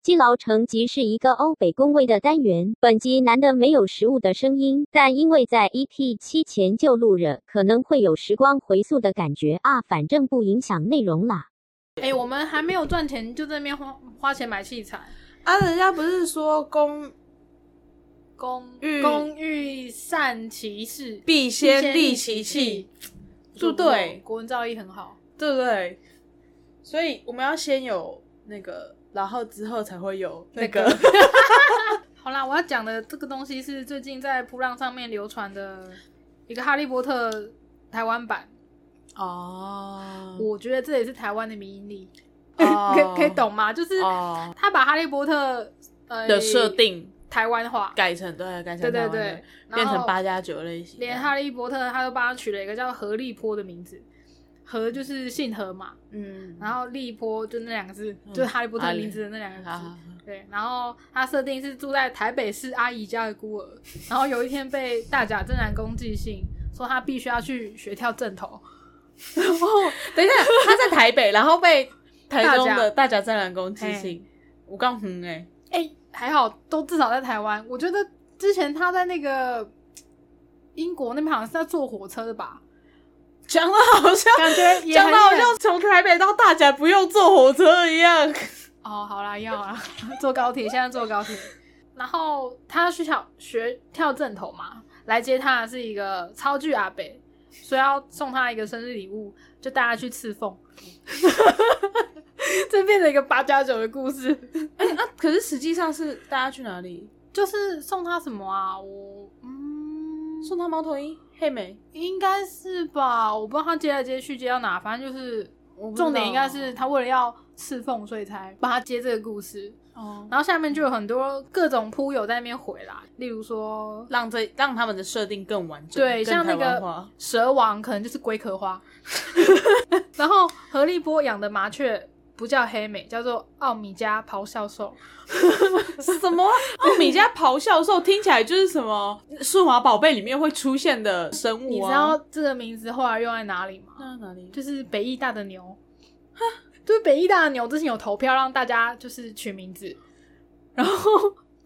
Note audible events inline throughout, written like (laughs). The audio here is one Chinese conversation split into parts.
基劳城级是一个欧北工位的单元。本集难得没有食物的声音，但因为在 EP 七前就录了，可能会有时光回溯的感觉啊。反正不影响内容啦。哎、我们还没有赚钱，就在那边花花钱买器材，啊，人家不是说公公寓公寓善其事，必先利其器，，就对国文造诣很好。对不对？所以我们要先有那个，然后之后才会有那个。 (laughs) 好啦，我要讲的这个东西是最近在扑浪上面流传的一个《哈利波特》台湾版，哦我觉得这也是台湾的迷因力， (laughs) 哦可以可以懂吗？就是哦他把《哈利波特》呃的设定台湾化，改成对，改对成台对湾的对，然变成后八加九类型的，连哈利波特他都帮他取了一个叫何利坡的名字，何就是姓何嘛，嗯，然后利坡就那两个字，嗯就是哈利波特名字的那两个字。好好好对，然后他设定是住在台北市阿姨家的孤儿，然后有一天被大甲正南宫寄信说他必须要去学跳正头，然后 (laughs) 等一下，他在台北，然后被台中的大甲战狼宫寄嘿信，我刚哼哎，哎、还好都至少在台湾。我觉得之前他在那个英国那边好像是在坐火车的 (laughs) 吧，讲的好 (laughs) 像感觉也讲很的好远像从台北到大甲不用坐火车一样。哦，好啦，要啦， (laughs) 坐高铁，现在坐高铁。然后他去跳学跳正头嘛，来接他的是一个超巨阿北，所以要送他一个生日礼物，就带他去刺凤。 (laughs) 这变成一个八加九的故事，哎、那、可是实际上是大家去哪里？就是送他什么啊？我嗯，送他猫头鹰、黑莓，应该是吧，我不知道他接来接去接到哪，反正就是我不知道重点应该是他为了要刺凤，所以才帮他接这个故事。哦，然后下面就有很多各种铺友在那边回啦，例如说，让这让他们的设定更完整，对，更像那台湾个 (laughs) 化蛇王可能就是龟壳 (laughs) 花，然后何立波养的麻雀不叫黑美，叫做奥米加咆哮兽，什么啊奥米加咆哮兽，听起来就是什么数码宝贝里面会出现的生物、啊。你知道这个名字后来用在哪里吗？那哪里？就是北艺大的牛，就是北艺大的牛之前有投票让大家就是取名字，然后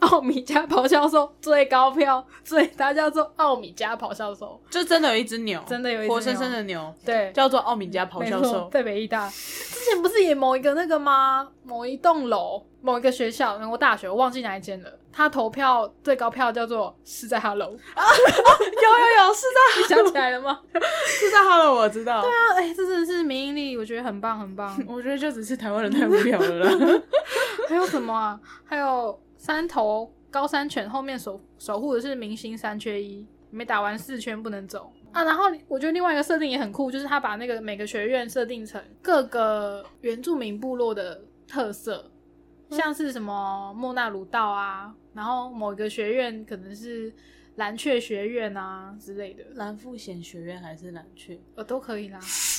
奥米加咆哮兽最高票，所以它叫做奥米加咆哮兽。就真的有一只牛，真的有一只活生生的牛，对，叫做奥米加咆没哮错，兽。在北医大之前不是也某一个那个吗？某一栋楼，某一个学校，美国大学，我忘记哪一间了。他投票最高票叫做是在哈喽， (laughs) 有有有，是你在想起来了吗？是在 Hello，我知道。对啊，啊哎、这真的是民营力，我觉得很棒很棒。我觉得就只是台湾人太无聊了 (laughs) 啦。还有什么啊？还有三头高山犬后面守守护的是明星三缺一，没打完四圈不能走啊。然后我觉得另外一个设定也很酷，就是他把那个每个学院设定成各个原住民部落的特色，像是什么莫纳鲁道啊，然后某一个学院可能是蓝雀学院啊之类的，蓝富贤学院还是蓝雀？呃，都可以 (laughs) 啦。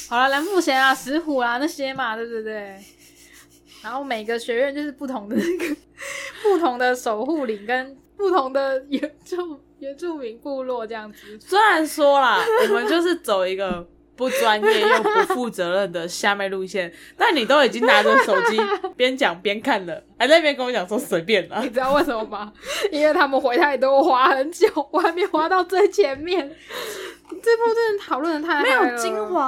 好啦，蓝富贤啊、石虎啊那些嘛，对不对？然后每个学院就是不同的那个 (laughs) 不同的守护领跟不同的原住原住民部落这样子。虽然说啦，我们就是走一个不专业又不负责任的下面路线，但你都已经拿着手机边讲边看 (laughs) 了，还在那边跟我讲说随便啦你。知道为什么 (laughs) 吗？因为他们回太多，我滑很久，我还没滑到最前面。这部真的讨论的太嗨了，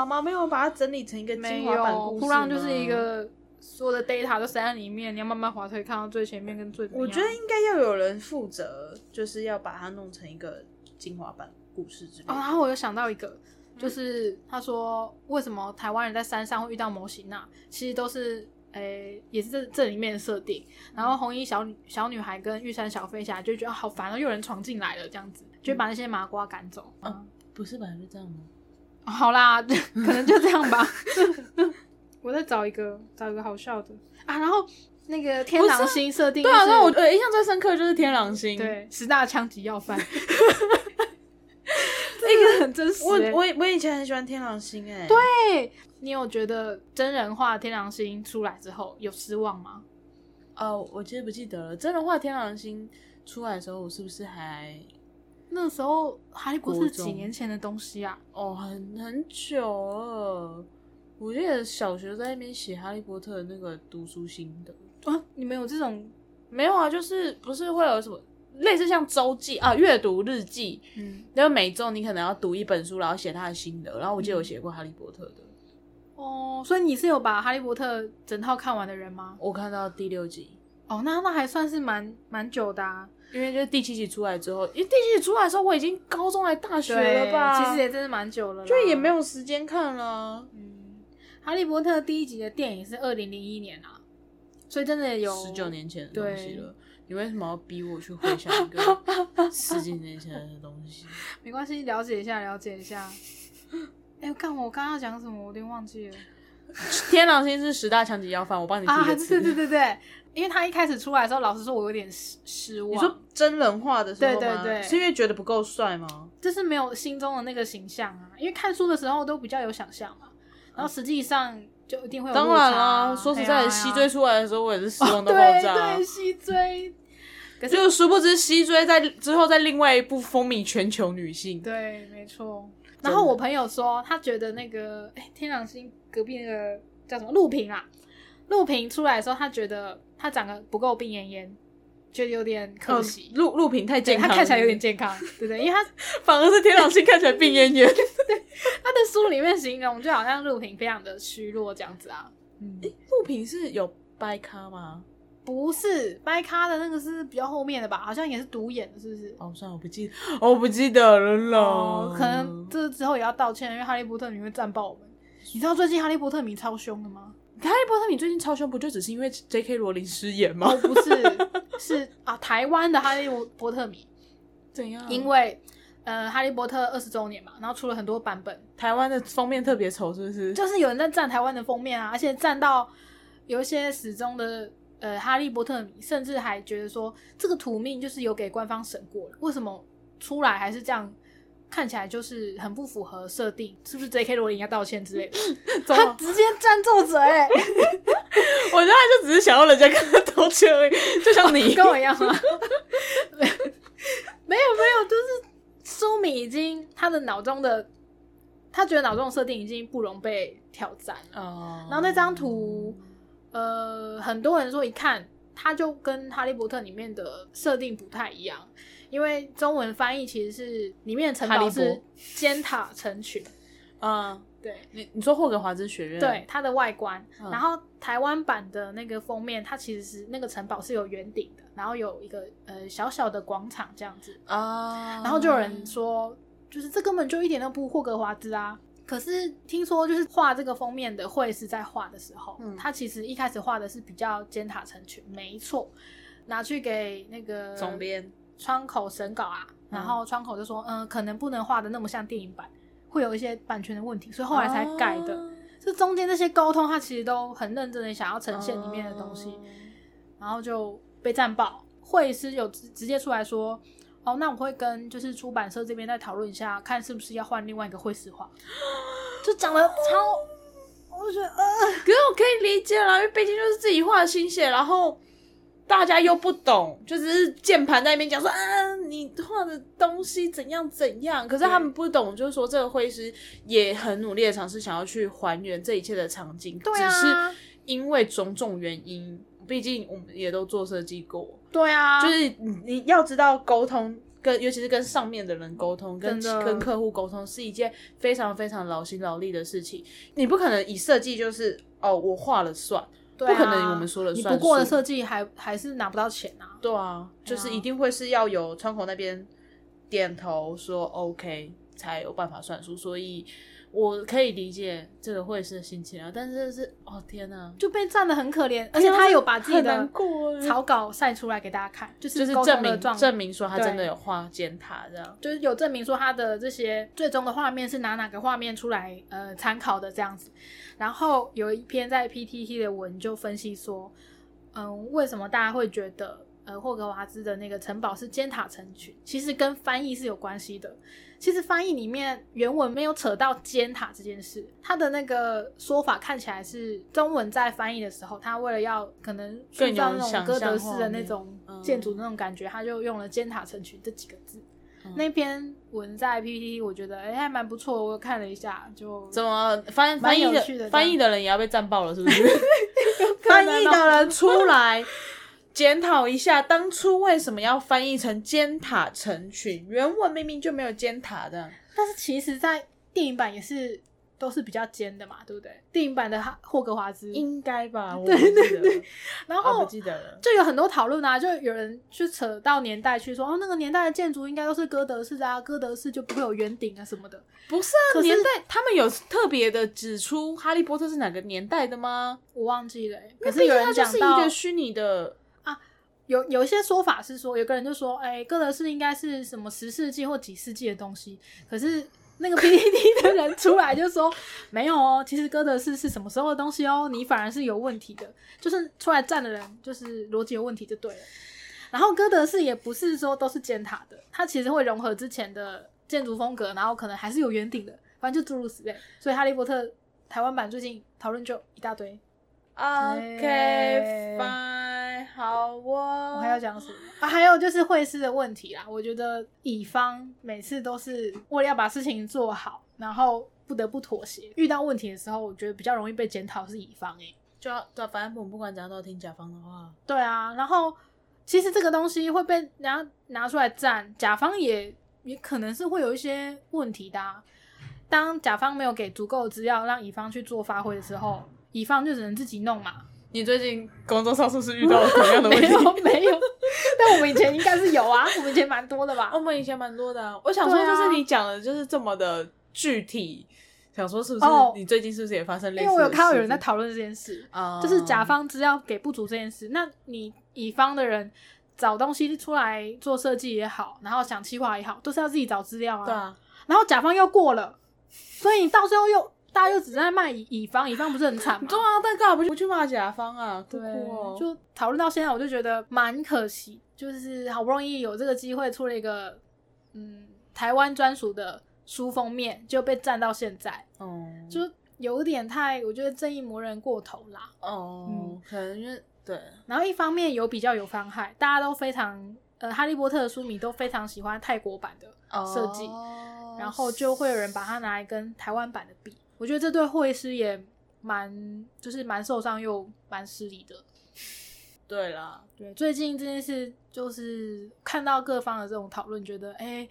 吗？没有把它整理成一个没有，扑浪就是一。个所有的 data 都塞在里面，你要慢慢滑才可以看到最前面跟最怎么我样觉得应该要有人负责，就是要把它弄成一个精华版故事之类的。哦，然后我又想到一个，嗯就是他说为什么台湾人在山上会遇到模型啊？其实都是诶、也是这这里面的设定。然嗯后红衣小女小女孩跟玉山小飞侠就觉得、啊好烦哦，又有人闯进来了，这样子就把那些麻瓜赶走。嗯不是本来就这样吗？好啦， (laughs) 就可能就这样吧。 (laughs) 我再找一个找一个好笑的啊，然后那个天不是狼星设定、对啊，那我呃印象最深刻就是天狼星，，对十大枪击要 (laughs) 犯，哎这个很真实、我欸我我以前很喜欢天狼星哎、对你有觉得真人化《天狼星》出来之后有失望吗？哦，我记得不记得了？真人化天狼星出来的时候，我是不是还那时候《哈利波特国》中几年前的东西啊，哦很很久了？我记得小学在那边写《哈利波特》的那个读书心得，啊，你们有这种没有啊，就是不是会有什么类似像周记啊、阅读日记，嗯，然后每周你可能要读一本书，然后写他的心得。然后我记得有嗯写过《哈利波特》的，哦，所以你是有把《哈利波特》整套看完的人吗？我看到第六集，哦，那那还算是蛮蛮久的、啊，因为就是第七集出来之后，因为第七集出来的时候我已经高中来大学对了吧，其实也真的蛮久了啦，就也没有时间看了，啊嗯，《哈利波特》第一集的电影是二零零一年啊，所以真的有十九年前的对东西了。你为什么要逼我去回想一个十几年前的东 (laughs) 西？ (laughs) 没关系，了解一下，了解一下。 (laughs) 哎、看我刚刚要讲什么，我有点忘记了天狼星是十大强级要犯，我帮你啊！提对个词。对对对对，因为他一开始出来的时候，老实说，我有点失失望，你说真人化的时候吗？对对对是因为觉得不够帅吗？就是没有心中的那个形象啊。因为看书的时候都比较有想象嘛，然后实际上就一定会有当落然差啦，啊说实在的，西追出来的时候我 (laughs) 也是失望到爆对炸啊。对西追，可是就殊不知西追在之后在另外一部风靡全球女性。对，没错。然真的后我朋友说，他觉得那个哎、天狼星隔壁那个叫什么陆平啊，陆平出来的时候，他觉得他长得不够病恹恹，觉得有点呃可惜。陆陆平对太哦健他康，看起来有点，健康，对不对？因为他反而是天狼星看起来病恹恹。 (laughs) 他的书里面形容就好像陆平非常的虚弱这样子啊，嗯，陆平是有掰咖吗？不是掰咖的那个是比较后面的吧，好像也是独眼的，是不是？哦哦，算了，我不记，哦，我不记得了啦。哦可嗯能这之后也要道歉，因为哈利波特你会战爆我们。你知道最近哈利波特迷超凶的吗？哈利波特，你最近超凶，不就只是因为 J.K. 罗琳失言吗哦，？不是， (laughs) 是啊，台湾的哈利波特迷，怎样？因为呃，哈利波特二十周年嘛，然后出了很多版本，台湾的封面特别丑，是不是？就是有人在站台湾的封面啊，而且站到有一些始终的呃哈利波特迷，甚至还觉得说这个图命就是有给官方审过了，为什么出来还是这样？看起来就是很不符合设定，是不是 J.K. 罗琳要道歉之类的？怎他么直接站作者哎、 (laughs) 我觉得他就只是想要人家看他道歉 (laughs) 而已，就像你跟我一样吗？啊 (laughs) 没有没有，就是苏米已经他的脑中的，他觉得脑中的设定已经不容被挑战了。哦然后那张图，呃，很多人说一看，它就跟《哈利波特》里面的设定不太一样，因为中文翻译其实是里面的城哈利堡波是尖塔城群，嗯， (laughs) 对，你你说霍格华兹学院对，它的外观。嗯然后台湾版的那个封面，它其实是那个城堡是有圆顶的，然后有一个呃小小的广场这样子。啊，然后就有人说，就是这根本就一点都不霍格华兹啊。可是听说，就是画这个封面的绘师在画的时候，嗯他其实一开始画的是比较尖塔城群，没错，拿去给那个总编窗口审稿啊，然后窗口就说，嗯、可能不能画的那么像电影版，会有一些版权的问题，所以后来才改的。啊这中间这些沟通，他其实都很认真的想要呈现里面的东西，哦然后就被战爆。会师有直直接出来说，哦，那我会跟就是出版社这边再讨论一下，看是不是要换另外一个会师 (gasps) 画，就讲的超，我就觉得呃，可是我可以理解啦，因为毕竟就是自己画的心血，然后大家又不懂，就只是键盘在那边讲说啊，你画的东西怎样怎样。可是他们不懂，就是说这个绘师也很努力的尝试想要去还原这一切的场景，对啊只是因为种种原因，毕竟我们也都做设计过，对啊，就是你你要知道沟通。跟尤其是跟上面的人沟通，跟真的跟客户沟通是一件非常非常劳心劳力的事情。你不可能以设计就是哦，我画了算，对啊不可能我们说了你算不过的数设计还还是拿不到钱啊，对啊，就是一定会是要有窗口那边点头说 OK 才有办法算数。所以我可以理解这个会师的心情啊，但是是哦天哪、就被战的很可怜，而且他有把自己哎很难的过欸草稿晒出来给大家看，就是就是沟证通的明状证明说他真的对有画尖塔这样。就是有证明说他的这些最终的画面是拿哪个画面出来呃参考的这样子。然后有一篇在 PTT 的文就分析说，嗯，为什么大家会觉得呃霍格华兹的那个城堡是尖塔城群？其实跟翻译是有关系的。其实翻译里面原文没有扯到尖塔这件事，它的那个说法看起来是中文在翻译的时候，他为了要可能塑更有造那种想哥德象式画的那面种嗯建筑那种感觉，他就用了尖塔城群这几个字。嗯那篇文在 PPT，我觉得哎、还蛮不错，我看了一下，就怎么翻蛮翻译有的趣的这样 (laughs) 翻译的人也要被战爆了，是不是？可能哦翻译的人出来，检讨一下当初为什么要翻译成尖塔成群，原文明明就没有尖塔的。但是其实，在电影版也是都是比较尖的嘛，对不对？电影版的哈霍格华兹，应该吧？我对对对，然我后嗯哦不记得了。就有很多讨论啊，就有人去扯到年代去说，哦，那个年代的建筑应该都是哥德式的啊，哥德式就不会有圆顶啊什么的。不是啊，可是年代他们有特别的指出《哈利波特》是哪个年代的吗？我忘记了欸、可可是有人它就讲是一到个虚拟的，有有一些说法是说，有个人就说，哎、哥德式应该是什么十世纪或几世纪的东西，可是那个 (laughs) PPT 的人出来就说，没有哦，其实哥德式是什么时候的东西哦，你反而是有问题的，就是出来站的人就是逻辑有问题就对了。然后哥德式也不是说都是尖塔的，它其实会融合之前的建筑风格，然后可能还是有圆顶的，反正就诸如此类。所以哈利波特台湾版最近讨论就一大堆，哎 OK fine，好哦。我还要讲什么啊？还有就是会师的问题啦，我觉得乙方每次都是为了要把事情做好，然后不得不妥协。遇到问题的时候，我觉得比较容易被检讨是乙方诶、欸就要对啊，反正我们不管怎样都要听甲方的话。对啊，然后其实这个东西会被人家拿出来站，甲方也也可能是会有一些问题的、啊。当甲方没有给足够的资料让乙方去做发挥的时候，乙方就只能自己弄嘛。你最近工作上是不是遇到了同样的 (laughs) 问没题？有没有，但我们以前应该是有啊，我们以前蛮多的吧。我们以前蛮多的、啊。我想说，对啊就是你讲的，就是这么的具体，想说是不是哦你最近是不是也发生类因似为的事情？我有看到有人在讨论这件事，啊就是甲方资料给不足这件事。那你乙方的人找东西出来做设计也好，然后想企划也好，都是要自己找资料啊。对。啊，然后甲方又过了，所以你到最后又大家又只在骂乙乙方，乙方不是很 (laughs) 惨吗？对啊，但干嘛不去不去骂甲方啊？对哭哭哦，就讨论到现在，我就觉得蛮可惜，就是好不容易有这个机会出了一个嗯台湾专属的书封面，就被占到现在。哦，就有点太，我觉得正义魔人过头啦。哦，嗯可能因为对，然后一方面有比较有妨害，大家都非常呃，哈利波特的书迷都非常喜欢泰国版的，设计哦然后就会有人把它拿来跟台湾版的比。我觉得这对会师也蛮，就是蛮受伤又蛮失礼的。对啦，对，最近这件事就是看到各方的这种讨论，觉得哎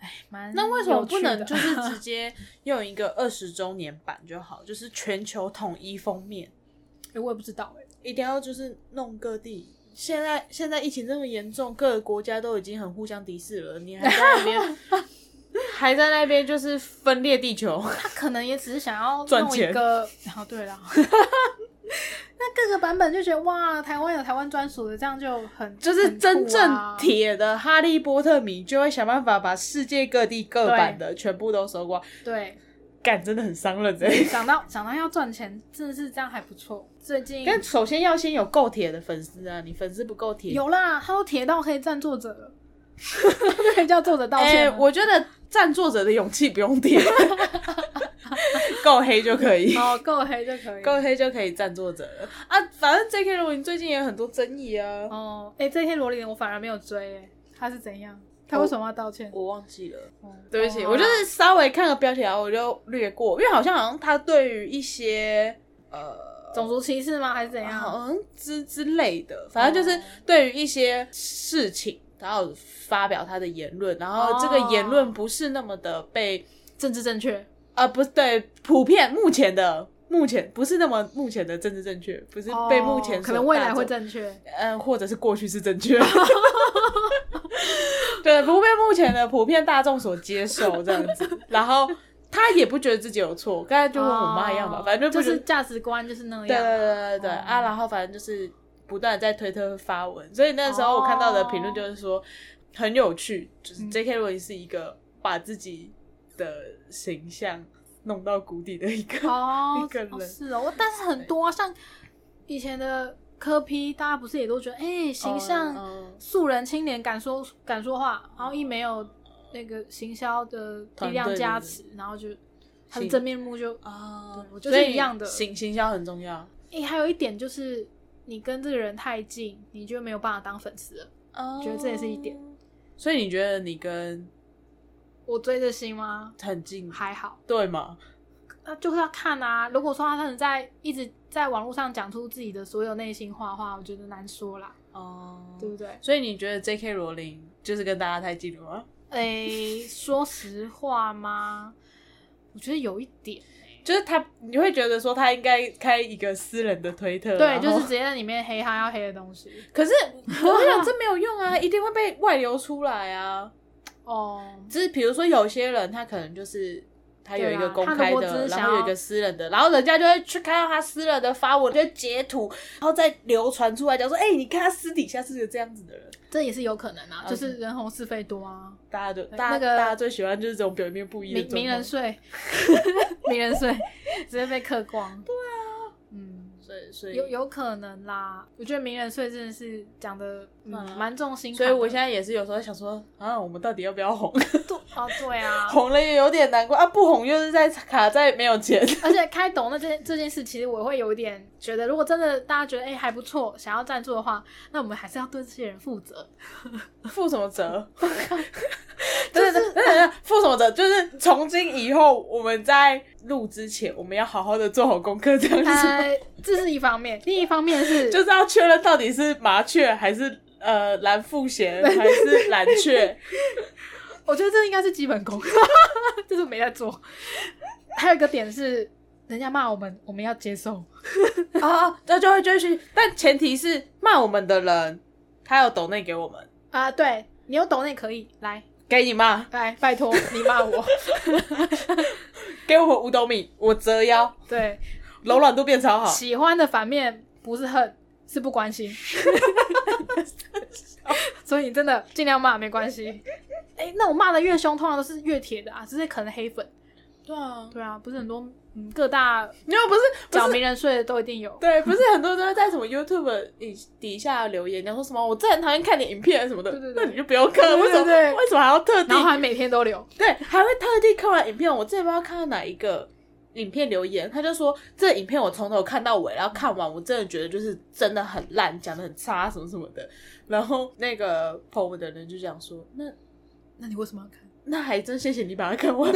哎蛮那为什么有趣不的能 (laughs) 就是直接用一个二十周年版就好？就是全球统一封面，哎我也不知道哎、一定要就是弄各地。现在现在疫情这么严重，各个国家都已经很互相敌视了， (laughs) 你还在那边还在那边就是分裂地球，他可能也只是想要赚弄一钱个，然后、对 (laughs) 了，那各个版本就觉得哇，台湾有台湾专属的，这样就很就是很真酷正啊铁的哈利波特迷就会想办法把世界各地各版的全部都收光。对。干真的很伤人哎、想到想到要赚钱，真的是这样还不错。最近 (laughs) 但首先要先有够铁的粉丝啊，你粉丝不够铁，有啦，他都铁到可以站作者 (laughs) 了，可以叫作者道哎、歉了。我觉得站作者的勇气不 (laughs) 用点，够黑就可以，哦，够黑就可以。够黑就可以站作者了啊。反正 J.K. 罗琳最近也有很多争议啊，哦，哎、这些罗琳我反而没有追、哎，他是怎样？他为什么要道歉？我忘记了，哦对不起，哦我就是稍微看个标题然后我就略过，因为好像好像他对于一些呃。种族歧视吗？还是怎样？好像之之类的，反正就是对于一些事情，然后发表他的言论，然后这个言论不是那么的被政治正确。啊，不对，普遍目前的目前不是那么目前的政治正确，不是被目前、哦可能未来会，正确。呃，或者是过去是正确， (laughs) 对，不被目前的普遍大众所接受这样子，然后他也不觉得自己有错，刚才就跟我妈一样吧，哦反正就不觉得是价值观就是那样啊。对对对对对、哦啊，然后反正就是不断地在推特发文，所以那时候我看到的评论就是说、很有趣，就是哦嗯 J.K. 罗琳是一个把自己的形象弄到谷底 (laughs) 的一个。哦，一个人哦是哦，但是很多啊，像以前的科批，大家不是也都觉得，哎、形象、嗯素人青年敢说敢说话，然后一没有那个行销的力团量队加的持，然后就他的行真面目就啊对哦我就是一样的所以行行销很重要。哎、还有一点就是你跟这个人太近，你就没有办法当粉丝了。觉得这也是一点。所以你觉得你跟我追着星吗？很近，还好。对吗？那就是要看啊。如果说他真的在一直在网络上讲出自己的所有内心话的话，我觉得难说啦。哦，对不对？所以你觉得 J.K. 罗琳就是跟大家太近了吗？诶，哎说实话吗？我觉得有一点，就是他，你会觉得说他应该开一个私人的推特，对，然就后是直接在里面黑他要黑的东西。可是我想这没有用啊，一 (laughs) 定会被外流出来啊。哦，只是比如说有些人他可能就是他有一对个啊公他开如果只的，是想然要后有一个私人的，然后人家就会去看到他私人的发文，就会截图，然后再流传出来，讲说，哎、你看他私底下是个这样子的人。这也是有可能啊，嗯就是人红是非多啊，大家就对大家、那个大家最喜欢就是这种表面不一的名状况名人， (laughs) 税，名人税直接被嗑光。对啊，嗯。所以所以有有可能啦，我觉得名人税真的是讲的算了蛮、重心所坎的，以我现在也是有时候想说，啊，我们到底要不要红？，哦对啊 (laughs) (laughs) 红了也有点难过啊，不红又是在卡在没有钱。 (laughs) 而且开抖那件这件事，其实我会有一点觉得，如果真的大家觉得哎、还不错，想要赞助的话，那我们还是要对这些人负责。负什么责？ (laughs) 就是负什么责？就是从今以后，我们在录之前，我们要好好的做好功课，这样子，呃，这是一方面，另一方面是 (laughs) 就是要确认到底是麻雀还是呃蓝腹鹇还是蓝雀。我觉得这应该是基本功， (laughs) 这是我没在做。还有一个点是，人家骂我们，我们要接受。 (laughs) 啊，那就会就会去，但前提是骂我们的人，他有抖内给我们，啊、对你有抖内可以来给你骂，来，拜托你骂我。 (laughs) 给我们五斗米，我折腰，对，柔软度变超好。喜欢的反面不是恨，是不关心。 (laughs) 所以你真的尽量骂没关系。哎、那我骂的越凶，通常都是越铁的啊，这是可能黑粉。对啊，对啊，不是很多嗯各大没有不是不缴是名人税的都一定有。对，不是很多人都会在什么 YouTube 底底下留言，讲说什么我真的很讨厌看你影片什么的，对对对那你就不要看了，对对为什么对对为什么还要特地然后还每天都留，对，还会特地看完影片？我之前不知道看到哪一个影片留言，他就说这影片我从头看到尾，然后看完我真的觉得就是真的很烂，讲的很差什么什么的。然后那个 PO 的人就讲说，那那你为什么要看？那还真谢谢你把它看 (laughs) 完。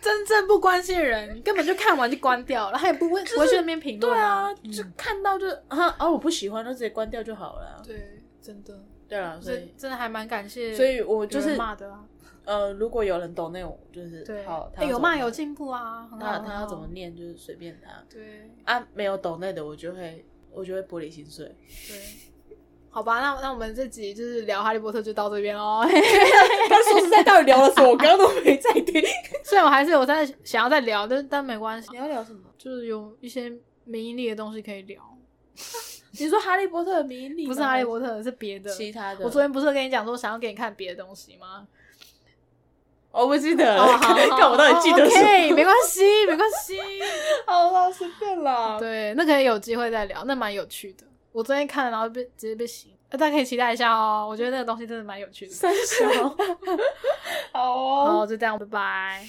真正不关心的人，根本就看完就关掉了，他也不会、不会去那边评对论、啊，嗯就看到就啊啊我不喜欢，就直接关掉就好了。啊对，真的，对啊，所这以真的还蛮感谢，所以我就是骂的啊，呃，如果有人懂那我就是对，好，他哎要有怎么骂有念进步啊，很那好，他很要好怎么？念就是随便他对啊，没有懂那的我就会我就会玻璃心碎。对。好吧，那那我们这集就是聊《哈利波特》就到这边喽。 (laughs) 但说实在，到底聊了什么？我刚刚都没在听。 (laughs) 虽然我还是有在想要再聊，但但没关系 (laughs) 你，要聊什么？就是有一些名利的东西可以聊，你说《哈利波特》的迷你不是《哈利波特》，是别的。其他的。我昨天不是跟你讲说想要给你看别的东西吗？我不记得了， (laughs) 哦，好，看看我到底记得什 o k 么。没关系，没关系。好啦，随便 (laughs) 啦。对，那可以有机会再聊，那蛮有趣的。我昨天看了，然后被直接被洗，呃大家可以期待一下哦。我觉得那个东西真的蛮有趣的。 (laughs) 三小，好哦好，就这样，拜拜。